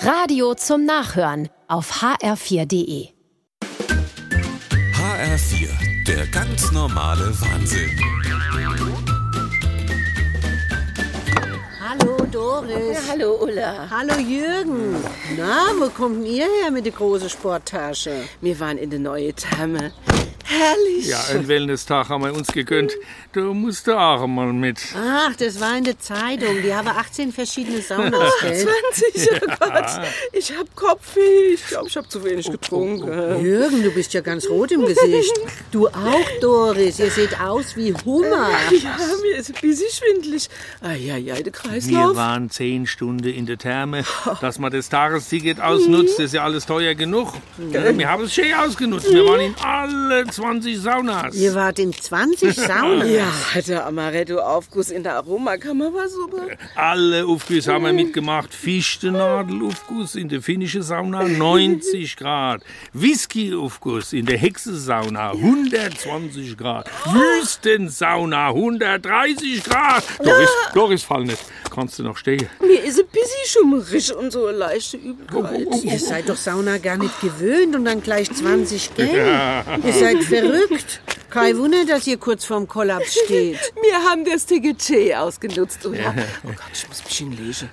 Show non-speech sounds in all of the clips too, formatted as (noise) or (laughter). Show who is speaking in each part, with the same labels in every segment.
Speaker 1: Radio zum Nachhören auf hr4.de.
Speaker 2: HR4, der ganz normale Wahnsinn.
Speaker 3: Hallo Doris.
Speaker 4: hallo Ulla.
Speaker 3: Hallo Jürgen. Na, wo kommt denn ihr her mit der großen Sporttasche?
Speaker 4: Wir waren in der neue Therme. Herrlich.
Speaker 5: Ja, einen Wellness-Tag haben wir uns gegönnt. Du musst da auch mal mit.
Speaker 3: Ach, das war in der Zeitung. Die haben 18 verschiedene Saunas, gell?
Speaker 4: 20, (laughs) oh Gott. Ich hab Kopfweh. Ich glaube, ich habe zu
Speaker 5: Oh,
Speaker 4: wenig getrunken.
Speaker 3: Jürgen, du bist ja ganz rot im Gesicht. Du auch, Doris. Ihr seht aus wie Hummer.
Speaker 4: (laughs) Ja, mir ist ein bisschen schwindelig. Ah, ja, ja, der
Speaker 5: Wir
Speaker 4: Kreislauf.
Speaker 5: waren zehn Stunden in der Therme. Dass man das Tagesticket ausnutzt, ist ja alles teuer genug. Gell, Wir haben es schön ausgenutzt. Wir waren in alle 20 Saunas.
Speaker 3: Ihr wart in 20 Saunen.
Speaker 4: ja, der Amaretto-Aufguss in der Aromakammer war super.
Speaker 5: Alle Aufgüsse haben wir mitgemacht. Fichtenadel-Aufguss in der finnischen Sauna 90 Grad. Whisky-Aufguss in der Hexensauna 120 Grad. Wüstensauna 130 Grad. Doris, Doris, fall nicht. Kannst du noch stehen?
Speaker 4: Mir ist ein bisschen schummrig und so eine leichte Übelkeit.
Speaker 5: Oh,
Speaker 3: Ihr seid doch Sauna gar nicht gewöhnt und dann gleich 20, gell? Ihr seid verrückt. Kein Wunder, dass ihr kurz vorm Kollaps steht.
Speaker 4: Wir haben das Ticket ausgenutzt, Ulla. Oh Gott, ich muss mich hinlegen.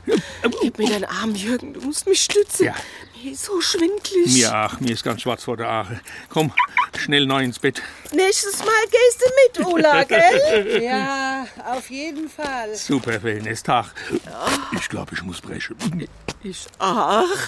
Speaker 4: Gib mir deinen Arm, Jürgen. Du musst mich stützen.
Speaker 5: oh. Ja.
Speaker 4: Mir ist so schwindelig.
Speaker 5: Mir ach, mir ist ganz schwarz vor der Ache. Komm, schnell neu ins Bett.
Speaker 4: Nächstes Mal gehst du mit, Ulla,
Speaker 3: (laughs)
Speaker 4: gell?
Speaker 3: Ja, auf jeden Fall.
Speaker 5: Super Wellness-Tag. Ich glaube, ich muss brechen.
Speaker 4: Ich ach.